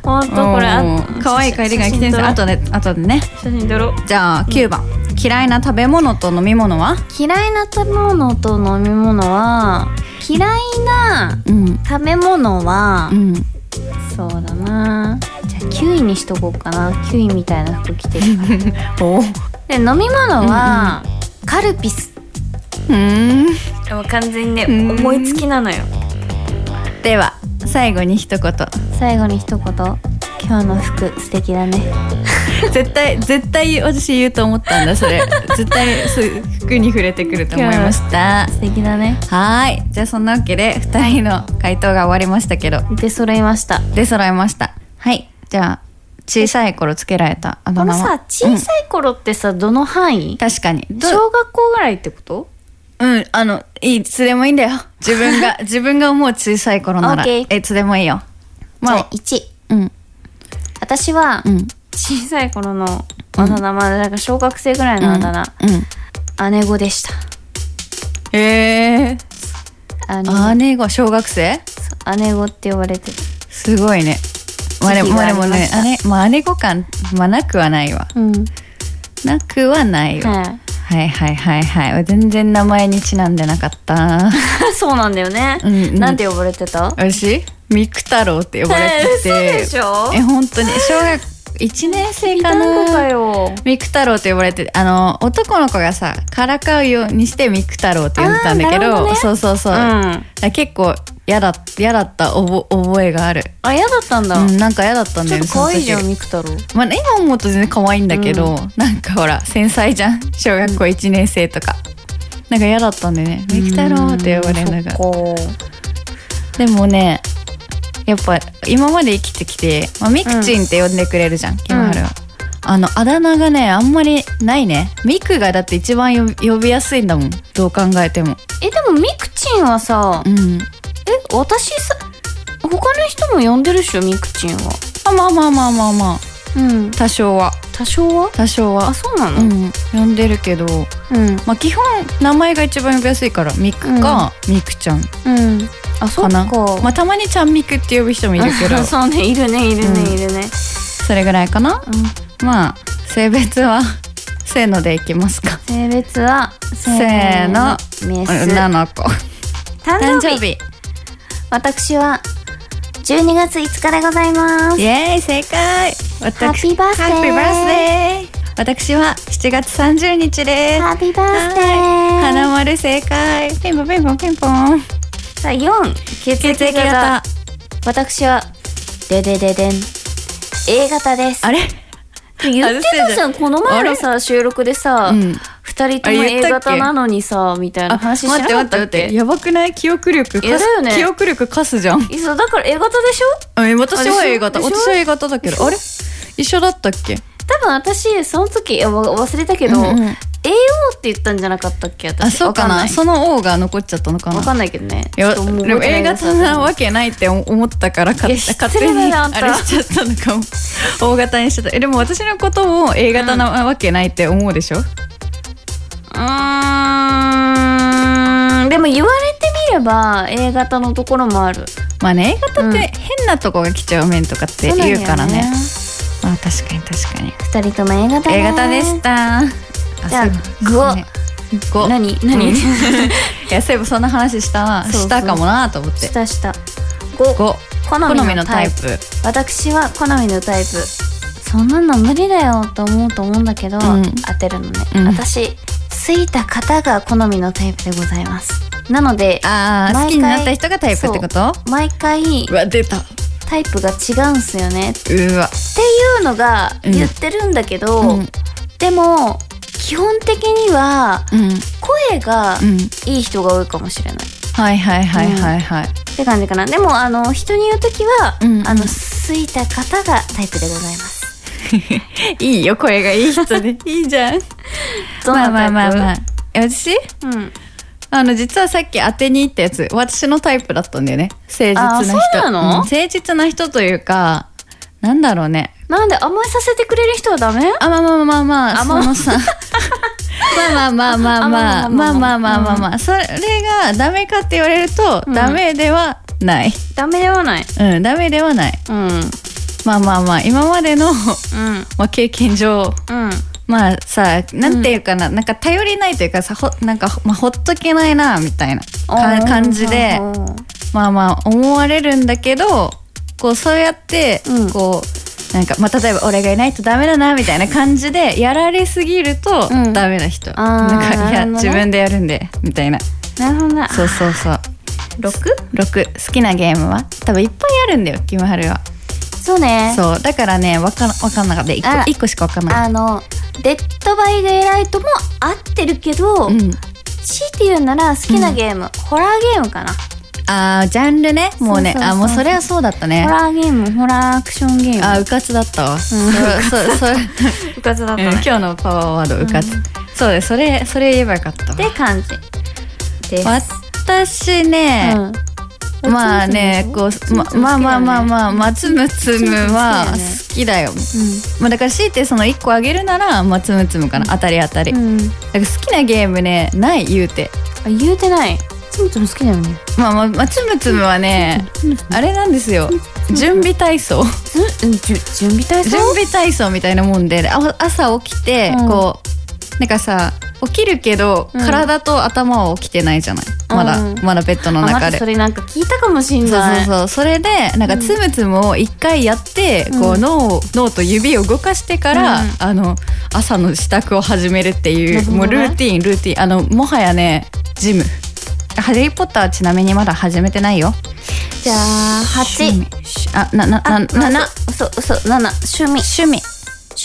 Speaker 3: ほんとこれ
Speaker 4: もう可愛い帰りが来てるんですあ
Speaker 3: あと
Speaker 4: とねあとでね
Speaker 3: 写真撮ろう
Speaker 4: じゃあ9番、嫌いな食べ物と飲み物は
Speaker 3: 嫌いな食べ物と飲み物は嫌いな
Speaker 4: うん
Speaker 3: 食べ物は、
Speaker 4: うん
Speaker 3: そうだなじゃあキウイにしとこうかなキウイみたいな服着てるか
Speaker 4: おう
Speaker 3: らで飲み物は、カルピス
Speaker 4: ーん
Speaker 3: でも完全にね
Speaker 4: うん
Speaker 3: 思いつきなのよ
Speaker 4: では最後に一言
Speaker 3: 最後に一言今日の服素敵だね
Speaker 4: 絶対絶対私言うと思ったんだ それ絶対そう服に触れてくると思いました
Speaker 3: 素敵だね
Speaker 4: はーいじゃあそんなわけで2人の回答が終わりましたけど
Speaker 3: で揃いました
Speaker 4: 出揃いましたはいじゃあ小さい頃つけられたあ
Speaker 3: こ
Speaker 4: だ名
Speaker 3: の
Speaker 4: は
Speaker 3: さ小さい頃ってさ、どの範囲
Speaker 4: うん確かにど
Speaker 3: 小学校ぐらいってこと
Speaker 4: うんあのいいつでもいいんだよ自 分が自分が思う小さい頃なら
Speaker 3: OK
Speaker 4: えいつでもいいよまあ
Speaker 3: 1
Speaker 4: うん
Speaker 3: 私は
Speaker 4: うん
Speaker 3: 小さい頃のあだ名までなんか小学生ぐらいのあだ名、姉子でした
Speaker 4: うんえ
Speaker 3: あ
Speaker 4: ー、
Speaker 3: の
Speaker 4: 姉が小学生
Speaker 3: 姉子って呼ばれてる
Speaker 4: すごいね。まあでも
Speaker 3: 時期が
Speaker 4: ま
Speaker 3: あり
Speaker 4: あで
Speaker 3: ま
Speaker 4: もね
Speaker 3: し、た
Speaker 4: あれ、まあ姉御感、まあなくはないわ。
Speaker 3: うん
Speaker 4: なくはないわ。
Speaker 3: は
Speaker 4: はいはいはいはい。全然名前にちなんでなかった。
Speaker 3: い そうなんだよね、
Speaker 4: うんうん
Speaker 3: なんて呼ばれてた
Speaker 4: 私、ミク太郎って呼ばれて
Speaker 3: え
Speaker 4: て。
Speaker 3: ー嘘でしょ
Speaker 4: え、本当に。小学1年生か
Speaker 3: 何個か
Speaker 4: な。
Speaker 3: よ
Speaker 4: ミク太郎って呼ばれててあの男の子がさからかうようにしてミク太郎って呼んでたんだけ
Speaker 3: あーなる
Speaker 4: ど
Speaker 3: ほどね
Speaker 4: そうそうそう、
Speaker 3: うん
Speaker 4: だから結構嫌だ嫌だった覚覚えがある、
Speaker 3: あ嫌だったんだ、
Speaker 4: うん、なんか嫌だったん
Speaker 3: ち
Speaker 4: だ
Speaker 3: ょっ
Speaker 4: よ
Speaker 3: と
Speaker 4: ね
Speaker 3: 可愛いじゃ
Speaker 4: そ
Speaker 3: ん
Speaker 4: の時
Speaker 3: ミク太郎
Speaker 4: まあ、今思うと全然可愛いんだけど、なんかほら繊細じゃん小学校1年生とか、なんか嫌だったんでね「ミキ太郎」って呼ばれるのが
Speaker 3: こ
Speaker 4: でもねやっぱ今まで生きてきて、まあ、ミクチンって呼んでくれるじゃん、キムハルは。あのあだ名がねあんまりないねミクがだって一番よ呼びやすいんだもんどう考えても
Speaker 3: うえでもミクチンはさ、
Speaker 4: うん
Speaker 3: え私さ他の人も呼んでるっしょミクチンは
Speaker 4: まあまあまあまあまあまあ
Speaker 3: うん
Speaker 4: 多少は
Speaker 3: 多少は
Speaker 4: 多少はあ
Speaker 3: そうな
Speaker 4: の、うん、呼んでるけど、まあ基本名前が一番呼びやすいからミクか、ミクちゃん
Speaker 3: うんあそ
Speaker 4: か
Speaker 3: っ
Speaker 4: な
Speaker 3: か
Speaker 4: まあたまにちゃんミクって呼ぶ人もいる け ど
Speaker 3: そうねいるねいる
Speaker 4: うん
Speaker 3: ねいるね
Speaker 4: それぐらいかな、まあ性別は せーのでいきますか
Speaker 3: 性別はせ
Speaker 4: ーの
Speaker 3: メス
Speaker 4: 女の 子
Speaker 3: 誕生日私は12月5日でございます
Speaker 4: イエーイ正解
Speaker 3: ハッピーバースデー
Speaker 4: ハッピーバースデー私は7月30日です
Speaker 3: ハッピーバースデー
Speaker 4: はい花丸正解ピンポンピンポンピンポン
Speaker 3: さあ4血液型
Speaker 4: 血液型
Speaker 3: 私はででででん A 型です
Speaker 4: あれ
Speaker 3: 言ってたじゃんこの前の
Speaker 4: あれ
Speaker 3: さ収録でさ、
Speaker 4: うん
Speaker 3: 二人とも
Speaker 4: あ言
Speaker 3: A
Speaker 4: ったっけ
Speaker 3: 型なのにさみたいな話しな
Speaker 4: 待って
Speaker 3: か
Speaker 4: 待っ
Speaker 3: ってた
Speaker 4: 待
Speaker 3: っ
Speaker 4: って
Speaker 3: け
Speaker 4: やばくない記憶力か
Speaker 3: いや
Speaker 4: す
Speaker 3: だよね
Speaker 4: 記憶力かすじゃん
Speaker 3: いそうだから A 型でしょ
Speaker 4: え私は
Speaker 3: あれ
Speaker 4: A 型
Speaker 3: でしょ
Speaker 4: 私は A 型だけどあれ一緒だったっけ
Speaker 3: 多分私その時いやわ忘れたけど、
Speaker 4: うんうん
Speaker 3: AO って言ったんじゃなかったっけ私
Speaker 4: あそうか
Speaker 3: わ
Speaker 4: な
Speaker 3: ない
Speaker 4: その O が残っちゃったのかな
Speaker 3: わかんないけどね
Speaker 4: いや
Speaker 3: ちょっと
Speaker 4: で
Speaker 3: もう
Speaker 4: も
Speaker 3: 覚えて
Speaker 4: A
Speaker 3: ないです
Speaker 4: 型なわけないって思ったから勝
Speaker 3: いや
Speaker 4: 勝
Speaker 3: 失
Speaker 4: 手
Speaker 3: 礼
Speaker 4: に
Speaker 3: だなあ
Speaker 4: あ
Speaker 3: んた
Speaker 4: れしちゃったのかも O 型にしちゃったえでも私のことを A 型なわけないって思うでしょ、
Speaker 3: うーんでも言われてみれば A 型のところもある
Speaker 4: まあね A 型って変なとこが来ちゃう面とかって言うからね,、まあ確かに確かに
Speaker 3: 二人とも A 型
Speaker 4: A 型でしたあ
Speaker 3: じゃあ
Speaker 4: そう
Speaker 3: 具を
Speaker 4: ね具を
Speaker 3: 何何、
Speaker 4: うんいやそういえばそんな話した
Speaker 3: そうそう
Speaker 4: したかもなと思っ て
Speaker 3: 下下5
Speaker 4: 五
Speaker 3: 好
Speaker 4: 好
Speaker 3: み
Speaker 4: み
Speaker 3: の
Speaker 4: の
Speaker 3: タ
Speaker 4: タ
Speaker 3: イ
Speaker 4: イ
Speaker 3: プ
Speaker 4: プ
Speaker 3: 私は好みのタイプそんなの無理だよと思うと思うんだけど、
Speaker 4: ん
Speaker 3: 当てるのね、
Speaker 4: うん
Speaker 3: 私ついた方が好みのタイプでございますなので
Speaker 4: あ
Speaker 3: 毎
Speaker 4: あ
Speaker 3: 回
Speaker 4: 好きになった人がタイプってこと
Speaker 3: 毎回
Speaker 4: うわ出た
Speaker 3: タイプが違うんすよねって
Speaker 4: うわ
Speaker 3: いうのが
Speaker 4: うん
Speaker 3: 言ってるんだけど、
Speaker 4: うん
Speaker 3: でも基本的には
Speaker 4: うん
Speaker 3: 声が
Speaker 4: うん
Speaker 3: いい人が多いかもしれない
Speaker 4: はいはいはいはいはい、
Speaker 3: って感じかなでもあの人に言う時は、
Speaker 4: うん
Speaker 3: あの好いた方がタイプでございます
Speaker 4: いいよ声がいい人 でいいじゃん
Speaker 3: どん
Speaker 4: ま
Speaker 3: な
Speaker 4: あま
Speaker 3: タイ
Speaker 4: あ
Speaker 3: プ
Speaker 4: まあまあえ私
Speaker 3: うん
Speaker 4: あの実はさっき当てに行ったやつ私のタイプだったんだよね誠実な人
Speaker 3: あそうなの
Speaker 4: ん誠実な人というかなんだろうね
Speaker 3: なんで甘えさせてくれる人はダメ
Speaker 4: あまあまあまあまあ
Speaker 3: あ
Speaker 4: そのさ まあまあまあまあまあまあまあまあまあまあそれがダメかって言われると、
Speaker 3: ん
Speaker 4: ダメではない
Speaker 3: ダメではない
Speaker 4: うんダメではない
Speaker 3: うんうん
Speaker 4: まあまあまあ今までのまあ経験上
Speaker 3: うん
Speaker 4: まあさなんていうかな、なんか頼りないというかさほなんか、まあ、ほっとけないなみたいなか感じで
Speaker 3: うん
Speaker 4: まあまあ思われるんだけどこうそうやって、
Speaker 3: うん
Speaker 4: こうなんか、まあ、例えば俺がいないとダメだなみたいな感じでやられすぎると
Speaker 3: うん
Speaker 4: ダメな人、
Speaker 3: ー
Speaker 4: なんかい
Speaker 3: な
Speaker 4: や、
Speaker 3: るほどね
Speaker 4: 自分でやるんでみたいな
Speaker 3: なるほどな
Speaker 4: そうそうそう
Speaker 3: 六
Speaker 4: 6好きなゲームは多分いっぱいあるんだよキムハルは
Speaker 3: そうね
Speaker 4: そうだからねわかんわかんなかった
Speaker 3: あら
Speaker 4: 1, 個一個しかわかんなかっ
Speaker 3: あのデッドバイデイライトも合ってるけど、
Speaker 4: た、うん、
Speaker 3: 強いて言うなら好きなゲーム、ホラーゲームかな
Speaker 4: あージャンルねもうね
Speaker 3: そうそうそう
Speaker 4: あもうそれはそうだったね
Speaker 3: ホラーゲームホラーアクションゲーム
Speaker 4: あうかつだったわ、そうそうそう
Speaker 3: 部活だった
Speaker 4: うん
Speaker 3: ね
Speaker 4: 今日のパワーワードうかつ、そうですそれそれ言えばよかったわ
Speaker 3: って感じです
Speaker 4: 私ね、
Speaker 3: うん
Speaker 4: まあねこうままあまあまあまあまあつむつむは
Speaker 3: つむつむ好きだよね
Speaker 4: 好きだよ、
Speaker 3: う
Speaker 4: まあ、だから強いてその1個あげるならまあつむつむかな当たり当たり、
Speaker 3: ん、うん、
Speaker 4: だから好きなゲームねない言うて
Speaker 3: あ言うてないつむつむ好きだよね
Speaker 4: まあまあ、まあ、つむつむはねあれなんですよ準備体操
Speaker 3: つうんじゅ準備体
Speaker 4: 準
Speaker 3: 操
Speaker 4: 備体操みたいなもんであ朝起きて、
Speaker 3: うん
Speaker 4: こうなんかさ起きるけど、
Speaker 3: うん
Speaker 4: 体と頭は起きてないじゃないまだ、
Speaker 3: うん
Speaker 4: まだベッドの
Speaker 3: あ
Speaker 4: 中
Speaker 3: 待っ
Speaker 4: で
Speaker 3: てそれなんか聞いたかもしん
Speaker 4: そう
Speaker 3: ない
Speaker 4: そうそうそれでなんかつむつむを一回やって、こう脳を脳と指を動かしてから、
Speaker 3: うん
Speaker 4: あの朝の支度を始めるってい
Speaker 3: なるほ
Speaker 4: う,、
Speaker 3: どね
Speaker 4: もうルーティンルーティンあのもはやねジム「ハリー・ポッター」はちなみにまだ始めてないよ
Speaker 3: じゃあ
Speaker 4: 趣
Speaker 3: 八
Speaker 4: 味しあななななな
Speaker 3: そうそう七趣味
Speaker 4: 趣味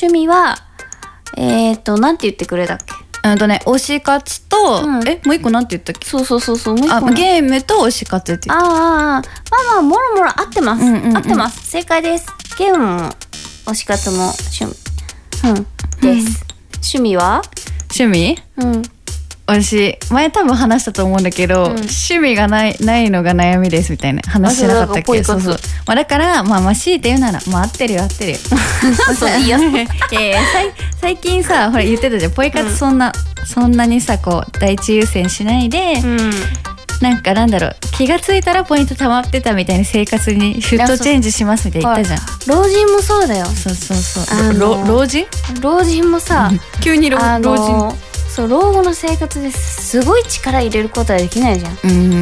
Speaker 3: 趣味はえっ、ー、となんて言ってくれたっけ
Speaker 4: うんとね推し活と、
Speaker 3: うん
Speaker 4: えもう一個なんて言ったっけ
Speaker 3: そうそうそうそうもう一個
Speaker 4: あ
Speaker 3: の
Speaker 4: ゲームと推し活って言っ
Speaker 3: ああまあまあもろもろ合ってます、
Speaker 4: うんうんうん
Speaker 3: 合ってます正解ですゲームも推し活も趣味うんです、趣味は
Speaker 4: た趣味
Speaker 3: うん
Speaker 4: 私前多分話したと思うんだけど、趣味がないないのが悩みですみたいな話してなかったっ
Speaker 3: あそう
Speaker 4: け
Speaker 3: だ
Speaker 4: そうそう、まあ、だからまあまあ強いて言うならまあ合ってるよ合ってるよ
Speaker 3: そういい よ
Speaker 4: いやいやさい最近さほら言ってたじゃんポイ活そんな、そんなにさこう第一優先しないで、なんかなんだろう気がついたらポイント溜まってたみたいな生活にシュッとチェンジしますみたいな言ったじゃん
Speaker 3: 老人もそうだよ
Speaker 4: そうそうそう
Speaker 3: あの
Speaker 4: ろ老人
Speaker 3: 老人もさ
Speaker 4: 急に老
Speaker 3: あの
Speaker 4: 老
Speaker 3: そう老後の生活ですごい力入れることはできないじゃん
Speaker 4: うんうん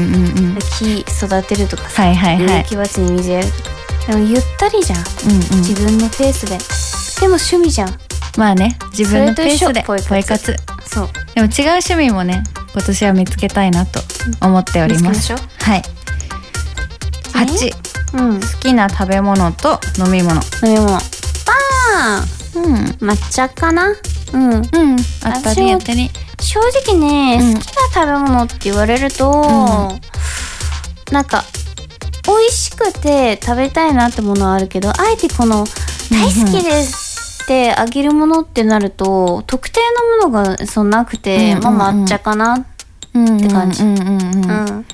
Speaker 4: うん
Speaker 3: 木育てるとかさ
Speaker 4: はいはいはい
Speaker 3: 植木鉢に水やるとかでもゆったりじゃん
Speaker 4: うんうん
Speaker 3: 自分のペースででも趣味じゃん
Speaker 4: まあね自分の
Speaker 3: そ
Speaker 4: ペ
Speaker 3: れと
Speaker 4: ー
Speaker 3: 一緒
Speaker 4: スで
Speaker 3: ポイ活
Speaker 4: ポイ活
Speaker 3: そう
Speaker 4: でも違う趣味もね今年は見つけたいなと思っておりま
Speaker 3: 見つ
Speaker 4: す
Speaker 3: けましょ
Speaker 4: はい8
Speaker 3: うん
Speaker 4: 好きな食べ物と飲み物
Speaker 3: 飲み物パーンうん抹茶かなうんうん
Speaker 4: うんあったりやったり
Speaker 3: 正直ね、
Speaker 4: うん
Speaker 3: 好きな食べ物って言われると、なんか美味しくて食べたいなってものはあるけどあえてこの「大好きです」ってあげるものってなると特定のものがそんなくて、
Speaker 4: うんうんうん
Speaker 3: まあ抹茶かなって
Speaker 4: って
Speaker 3: 感じ
Speaker 4: うんうんうんうん
Speaker 3: うん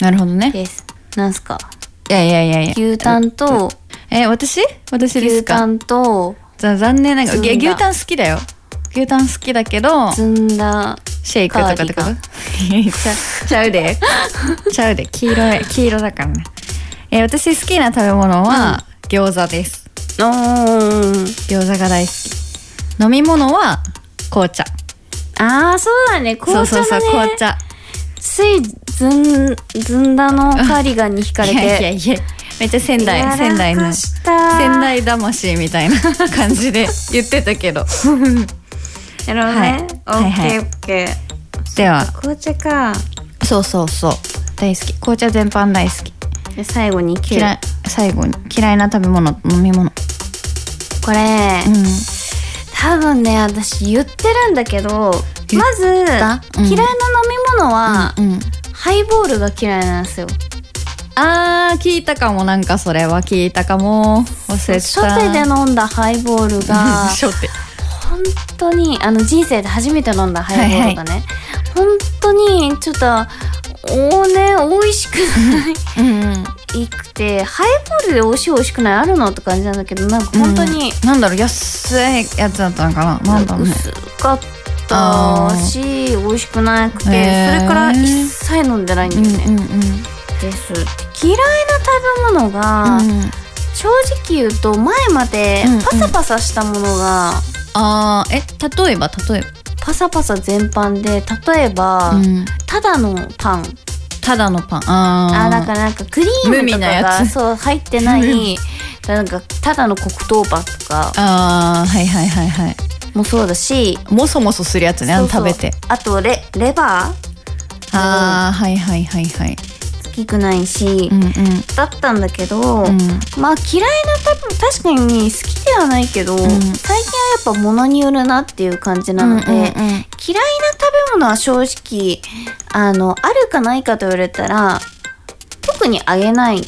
Speaker 4: なるほどね
Speaker 3: です。なんすか
Speaker 4: いやいやいやいや
Speaker 3: 牛タンと
Speaker 4: え私私で
Speaker 3: 牛
Speaker 4: す
Speaker 3: タ
Speaker 4: か
Speaker 3: ンと
Speaker 4: ざ残念ながら
Speaker 3: ずん
Speaker 4: い
Speaker 3: だ
Speaker 4: や牛タン好きだよ牛タン好きだけど
Speaker 3: ずんだ
Speaker 4: シェイクとかってこと
Speaker 3: カー
Speaker 4: ちゃちゃうでちゃうで黄色い黄色だからねえー私好きな食べ物は餃子です餃子が大好き飲み物は紅茶
Speaker 3: ああそうだね紅茶
Speaker 4: そうそ
Speaker 3: だ
Speaker 4: うそう
Speaker 3: ね
Speaker 4: 紅茶
Speaker 3: ついずんずんだのカーディガンに惹かれ
Speaker 4: い
Speaker 3: て
Speaker 4: やいやいやめっちゃ仙台
Speaker 3: やらか
Speaker 4: 仙台の仙
Speaker 3: した
Speaker 4: 台魂みたいな感じで言ってた けど
Speaker 3: なるほどね。オ
Speaker 4: はい
Speaker 3: ッ
Speaker 4: はい
Speaker 3: ケ
Speaker 4: はい
Speaker 3: ーオッケー。
Speaker 4: では
Speaker 3: 紅茶か。
Speaker 4: そうそうそう大好き紅茶全般大好き
Speaker 3: で最後に切る
Speaker 4: 嫌い最後に嫌いな食べ物飲み物
Speaker 3: これ、
Speaker 4: うん
Speaker 3: 多分ね私言ってるんだけど
Speaker 4: 言っ
Speaker 3: まず、
Speaker 4: うん
Speaker 3: 嫌いな飲み物は、
Speaker 4: うん
Speaker 3: ハイボールが嫌いなんですよ。
Speaker 4: あー聞いたかもなんかそれは聞いたかも忘れて
Speaker 3: 初
Speaker 4: た
Speaker 3: 手で飲んだハイボールが
Speaker 4: 初手
Speaker 3: 本当にあの人生で初めて飲んだハイボールがね、本当にちょっとおーね美味しくない
Speaker 4: うんうん
Speaker 3: いくてハイボールで美味しい美味しくないあるのって感じなんだけどなんか本当に、
Speaker 4: なんだろう安いやつだったのかななんだろうね
Speaker 3: 薄かったし美味しくなくて、
Speaker 4: へー
Speaker 3: それから一切飲んでないんだ
Speaker 4: う
Speaker 3: よ
Speaker 4: ん
Speaker 3: ね、
Speaker 4: うんうん
Speaker 3: です嫌いな食べ物が、
Speaker 4: うん
Speaker 3: 正直言うと前まで
Speaker 4: うんうん
Speaker 3: パサパサしたものが、
Speaker 4: あーえ例えば例え
Speaker 3: パサパサ全般で例えば、
Speaker 4: ば、うん、
Speaker 3: ただのパン
Speaker 4: ただのパンあー
Speaker 3: あなんかなんかクリー
Speaker 4: 無
Speaker 3: ムと
Speaker 4: 味
Speaker 3: か
Speaker 4: なや
Speaker 3: が
Speaker 4: つ
Speaker 3: そう入ってないなんかただの黒糖パンとか
Speaker 4: あーはいはいはいはい
Speaker 3: もそうだし
Speaker 4: もそもそするやつねあの
Speaker 3: そう
Speaker 4: 食
Speaker 3: そう
Speaker 4: べて
Speaker 3: あとレレバー
Speaker 4: あーはいはいはいはい
Speaker 3: 好きくないし、
Speaker 4: うんうん
Speaker 3: だったんだけど、
Speaker 4: うん
Speaker 3: まあ嫌いな食べ物確かに好きではないけど、
Speaker 4: ん
Speaker 3: 最近はやっぱ物によるなっていう感じなので、
Speaker 4: うんうんうん
Speaker 3: 嫌いな食べ物は正直あのあるかないかと言われたら特にあげない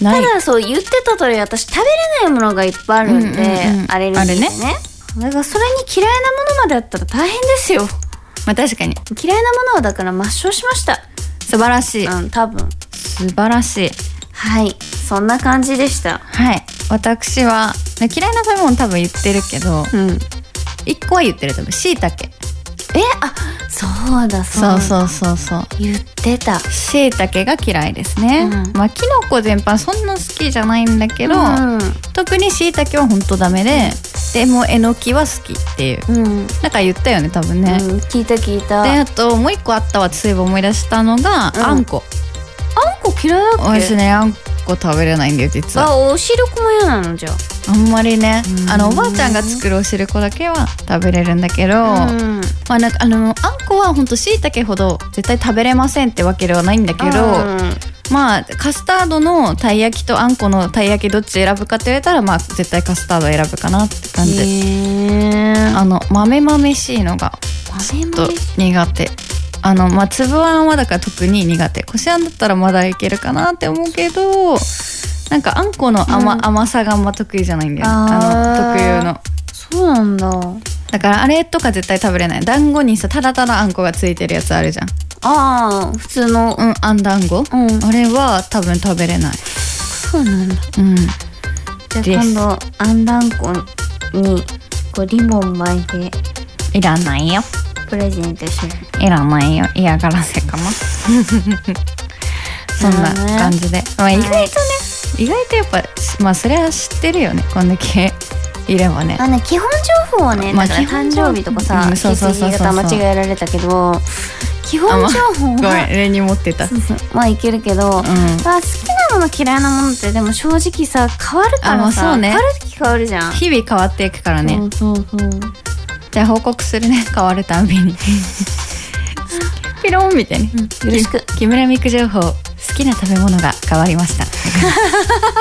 Speaker 4: ない
Speaker 3: ただそう言ってた通り私食べれないものがいっぱいあるんで、
Speaker 4: うんうんうん
Speaker 3: あれなんですよね
Speaker 4: あれ
Speaker 3: だからそれに嫌いなものまであったら大変ですよ
Speaker 4: まあ確かに
Speaker 3: 嫌いなものはだから抹消しました
Speaker 4: 素晴らしい
Speaker 3: うん多分
Speaker 4: 素晴らしい
Speaker 3: はいそんな感じでした
Speaker 4: はい私はね嫌いな食べ物多分言ってるけど
Speaker 3: うん
Speaker 4: 一個は言ってると思うしいたけ
Speaker 3: えあそうだそう
Speaker 4: そ
Speaker 3: だ
Speaker 4: うそうそうそう
Speaker 3: 言ってた
Speaker 4: しいたけが嫌いですね、
Speaker 3: うん
Speaker 4: まあきのこ全般そんな好きじゃないんだけど、特にしいたけはほんとダメででもえのきは好きっていう
Speaker 3: うん、うん
Speaker 4: なんか言ったよね多分ね、
Speaker 3: うん聞いた聞いた
Speaker 4: で
Speaker 3: あん
Speaker 4: あともう一個あったわそういえば思い出したのが、
Speaker 3: うん
Speaker 4: あんこ
Speaker 3: こ嫌いだっけ
Speaker 4: 私ねあんこ食べれないんだよ実は
Speaker 3: あお汁粉も嫌なのじゃ
Speaker 4: あんまりねあのおばあちゃんが作るお汁粉だけは食べれるんだけど、
Speaker 3: あ
Speaker 4: まあなんかあのあんこはほんとしいたけほど絶対食べれませんってわけではないんだけど、まあカスタードのたい焼きとあんこのたい焼きどっち選ぶかって言われたらまあ絶対カスタード選ぶかなって感じ、
Speaker 3: へえ
Speaker 4: あの豆豆しいのが
Speaker 3: 豆
Speaker 4: ちょっと苦手あのまあ粒あんはだから特に苦手こしあんだったらまだいけるかなって思うけどなんかあんこの甘,、甘さがあんま得意じゃないんだよね
Speaker 3: あー
Speaker 4: あの特有の
Speaker 3: そうなんだ
Speaker 4: だからあれとか絶対食べれない団子にさただただあんこがついてるやつあるじゃん
Speaker 3: ああ普通の
Speaker 4: うんあん団子、あれは多分食べれない
Speaker 3: そうなんだ
Speaker 4: う
Speaker 3: じ
Speaker 4: ん
Speaker 3: ゃあ
Speaker 4: です
Speaker 3: 今度あんだんこにこうリボン巻いて
Speaker 4: いらないよ
Speaker 3: プレゼントしよ
Speaker 4: いらないよ嫌がらせか なそんな感じで、まあ、意外とね、意外とやっぱまあそれは知ってるよねこんだけいればね
Speaker 3: あの基本情報をね、
Speaker 4: まあ
Speaker 3: だから
Speaker 4: 基本
Speaker 3: 誕
Speaker 4: 情報
Speaker 3: 生日とかさ、
Speaker 4: うん
Speaker 3: 血
Speaker 4: そうそう
Speaker 3: 液
Speaker 4: そうそう
Speaker 3: 型間違えられたけど基本情報
Speaker 4: ごめん
Speaker 3: は
Speaker 4: 例に持ってた
Speaker 3: そうそうまあいけるけど、まあ、好きなもの嫌いなものってでも正直さ変わるか
Speaker 4: あま
Speaker 3: ら
Speaker 4: あ
Speaker 3: さ、
Speaker 4: そうね
Speaker 3: 変わる時変わるじゃん。
Speaker 4: 日々変わっていくからね、
Speaker 3: そうそうそう
Speaker 4: じゃあ報告 するね変わるたんびにピロンみたいな、よ
Speaker 3: ろしく
Speaker 4: 木村ミク情報好きな食べ物が変わり ました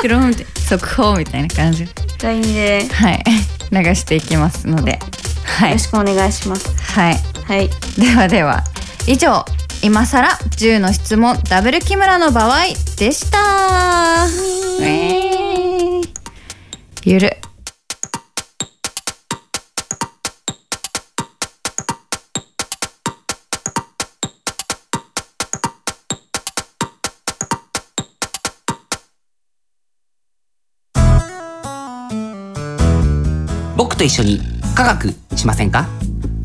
Speaker 4: ピロンみたいな速報みたいな感じ
Speaker 3: LINE で、
Speaker 4: はい流していきますのではい
Speaker 3: よろしくお願いします。
Speaker 4: はい
Speaker 3: はい
Speaker 4: ではでは以上今さら10の質問ダブル木村の場合でしたえーゆる
Speaker 6: 僕と一緒に科学しませんか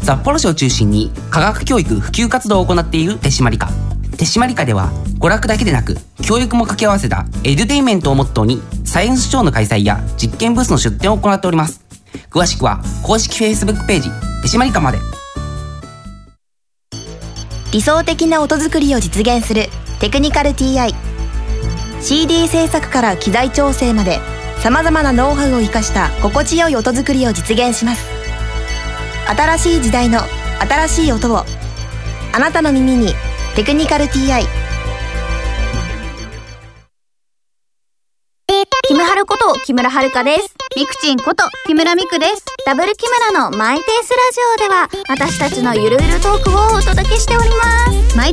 Speaker 6: 札幌市を中心に科学教育普及活動を行っている手締まり課手締まり課では娯楽だけでなく教育も掛け合わせたエデュテインメントをモットーにサイエンスショーの開催や実験ブースの出展を行っております詳しくは公式 Facebook ページ手締まり課まで
Speaker 7: 理想的な音作りを実現するテクニカル TICD 制作から機材調整までさまざまなノウハウを生かした心地よい音作りを実現します新しい時代の新しい音をあなたの耳に「テクニカル TI」
Speaker 8: キムハルこと木村遥です。ミクチンこと木村ミクです。ダブル木村のマイペースラジオでは私たちのゆるゆるトークをお届けしております。毎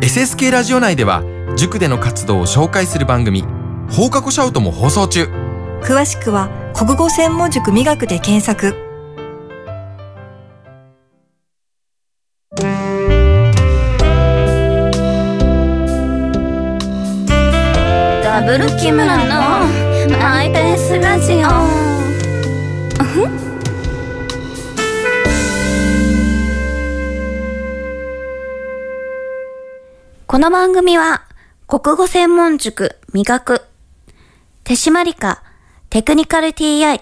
Speaker 9: SSK ラジオ内では塾での活動を紹介する番組放課後シャウトも放送中。
Speaker 10: 詳しくは国語専門塾磨くで検索
Speaker 3: ダブル木村のマイペースラジオ。この番組は、国語専門塾味覚、手締まり課、テクニカル TI、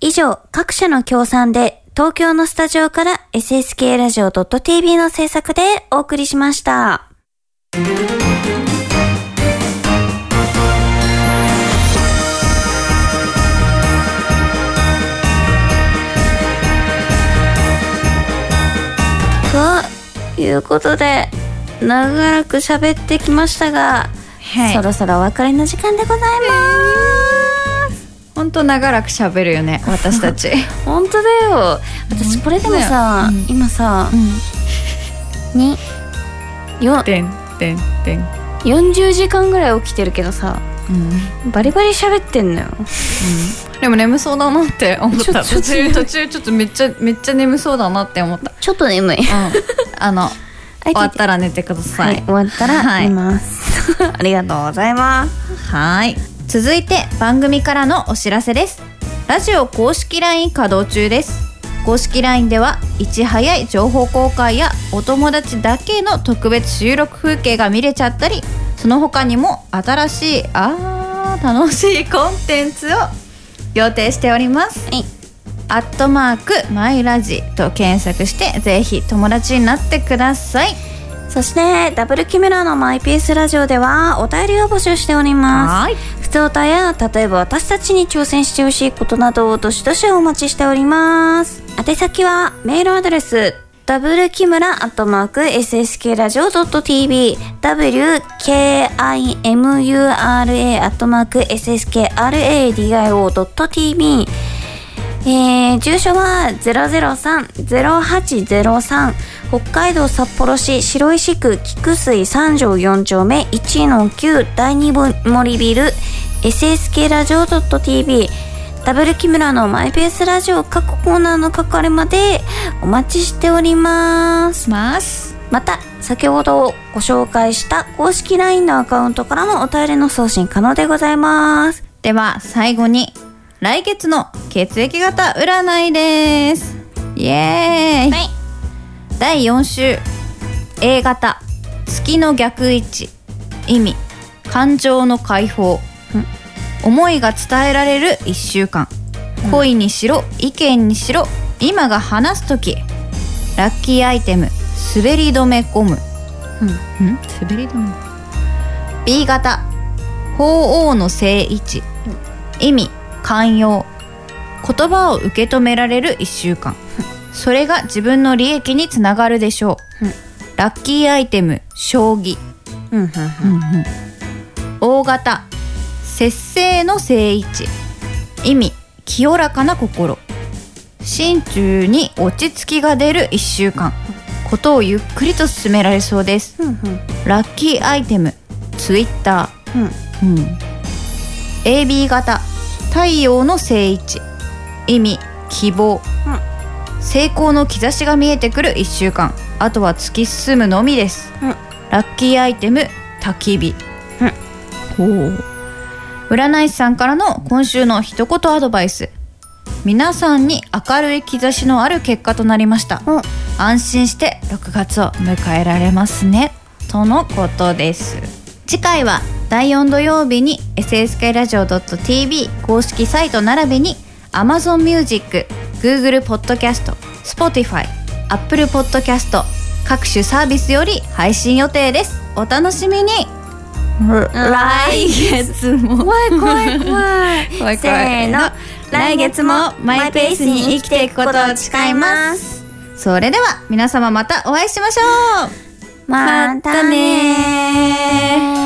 Speaker 3: 以上各社の協賛で、東京のスタジオから SSK ラジオ .tv の制作でお送りしました。ということで長らく喋ってきましたが、
Speaker 4: はい
Speaker 3: そろそろお別れの時間でございます
Speaker 4: ほんと長らく喋るよね私たち
Speaker 3: 本当だよ私これでもさ、今さ、によ
Speaker 4: てんてんてん
Speaker 3: 40時間ぐらい起きてるけどさバリバリ喋ってんのよ
Speaker 4: でも眠そうだなって思っ
Speaker 3: ちょ
Speaker 4: た
Speaker 3: ちょ
Speaker 4: 途 中途中ちょっとめっちゃめっちゃ眠そうだなって思った
Speaker 3: ちょっと眠い
Speaker 4: あの
Speaker 3: い
Speaker 4: 終わったら寝てくださ
Speaker 3: はい
Speaker 4: い
Speaker 3: 終わったら
Speaker 4: はい
Speaker 3: 寝ます、ありがとうございます
Speaker 4: はい
Speaker 5: 続いて番組からのお知らせですラジオ公式 LINE 稼働中です公式 LINE ではいち早い情報公開やお友達だけの特別収録風景が見れちゃったりその他にも新しいあー楽しいコンテンツを予定しております
Speaker 3: はい
Speaker 5: アットマークマイラジと検索してぜひ友達になってください
Speaker 3: そしてダブルキメラのマイペースラジオではお便りを募集しております
Speaker 5: い
Speaker 3: 普通歌や例えば私たちに挑戦してほしいことなどをどしどしお待ちしております宛先はメールアドレス w 木村アットマーク SSK ラジオ .tv wkimura アットマーク SSKRADIO.tv えー、住所は003-0803北海道札幌市白石区菊水三条4丁目1の9第2森ビル SSK ラジオ .tv ダブル木村のマイペースラジオ各コーナーの係までお待ちしております。
Speaker 11: ます。
Speaker 3: また先ほどご紹介した公式 LINE のアカウントからもお便りの送信可能でございます。
Speaker 4: では最後に来月の血液型占いですイエーイ、
Speaker 3: はい
Speaker 4: 第4週 A 型月の逆位置意味感情の解放思いが伝えられる1週間恋にしろ意見にしろ今が話す時ラッキーアイテム滑り止めゴム、うん、滑り止め B 型鳳凰の正位置意味寛容言葉を受け止められる1週間それが自分の利益につながるでしょう、ラッキーアイテム将棋
Speaker 3: うんうんうん。
Speaker 4: 大型節制の正位置意味清らかな心心中に落ち着きが出る1週間ことをゆっくりと進められそうです、
Speaker 3: うんうん
Speaker 4: ラッキーアイテムツイッター、うん AB 型太陽の正位置意味希望、成功の兆しが見えてくる1週間あとは突き進むのみです、
Speaker 3: うん
Speaker 4: ラッキーアイテム焚き火、ほう占い師さんからの今週の一言アドバイス皆さんに明るい兆しのある結果となりました、
Speaker 3: うん
Speaker 4: 安心して6月を迎えられますねとのことです次回は第4土曜日に SSK ラジオ .tv 公式サイト並びに Amazon Music、Google Podcast、Spotify、Apple Podcast 各種サービスより配信予定ですお楽しみに
Speaker 3: 来
Speaker 4: 月も
Speaker 3: 怖い怖い怖い。
Speaker 4: 怖い
Speaker 3: せ
Speaker 4: 怖い
Speaker 3: ーの、来月もマイペースに生きていくことを誓います。
Speaker 4: それでは皆様またお会いしましょう
Speaker 3: またねー。